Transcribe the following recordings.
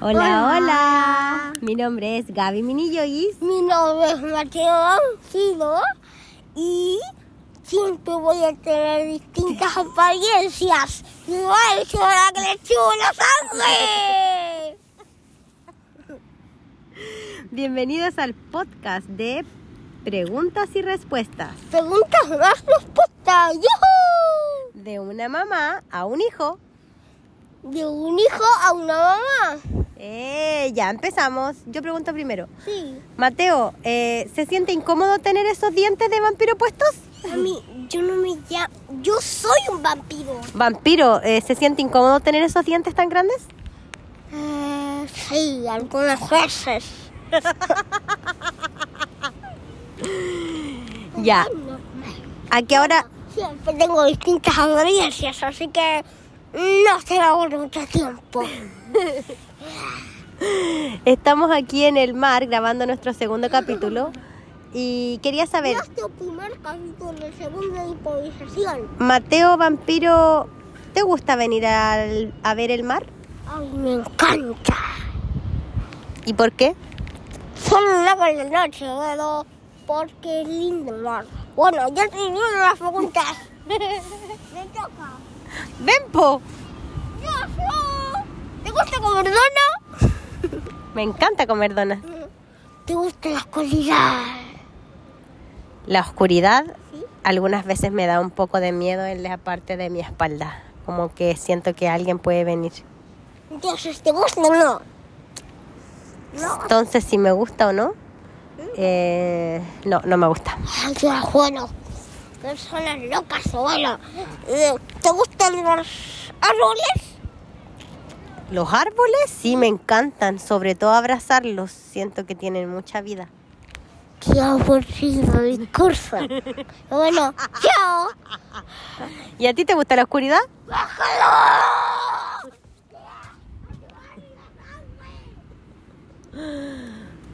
Hola, hola, Mi nombre es Gaby Minillo y Mi nombre es Mateo Sido y siempre voy a tener distintas apariencias. ¡Igual se la creció la sangre! bienvenidos al podcast de preguntas y respuestas Preguntas más respuestas. ¡Yujú! de una mamá a un hijo. De un hijo a una mamá. Eh, ya empezamos. Yo pregunto primero. Sí. Mateo, eh, ¿se siente incómodo tener esos dientes de vampiro puestos? Mami, yo no me llamo. Yo soy un vampiro. Vampiro, eh, ¿se siente incómodo tener esos dientes tan grandes? Eh, sí, algunas veces. Ya. ¿A qué hora? Siempre tengo distintas apariencias, así que no se me aburre mucho tiempo. Estamos aquí en el mar grabando nuestro segundo capítulo y quería saber, Este primer capítulo, el segundo de improvisación. Mateo Vampiro, ¿te gusta venir al- a ver el mar? Ay, me encanta. ¿Y por qué? Solo lo hago en la noche, pero porque es lindo el mar. Bueno, ya terminé las preguntas. me toca. ¡Vempo! Yo, yo. ¿Te gusta comer dona? Me encanta comer donas. ¿Te gusta la oscuridad? La oscuridad Sí. algunas veces me da un poco de miedo en la parte de mi espalda, como que siento que alguien puede venir. Entonces, ¿te gusta o no? No. Entonces, si me gusta o no, eh, no, no me gusta. Ay, qué bueno. Personas locas, bueno. Eh, ¿Te gustan los árboles? Los árboles sí me encantan, sobre todo abrazarlos, siento que tienen mucha vida. Qué aburrido discurso. bueno, chao. ¿Y a ti te gusta la oscuridad?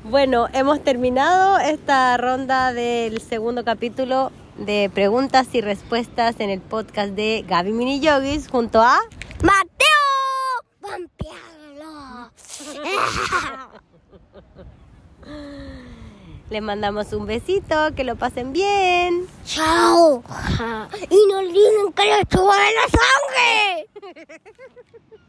Bueno, hemos terminado esta ronda del segundo capítulo de preguntas y respuestas en el podcast de Gaby Mini Yogis junto a Mateo, vampiarlo. les mandamos un besito, que lo pasen bien. chao. Y no olviden que les chupa de la sangre.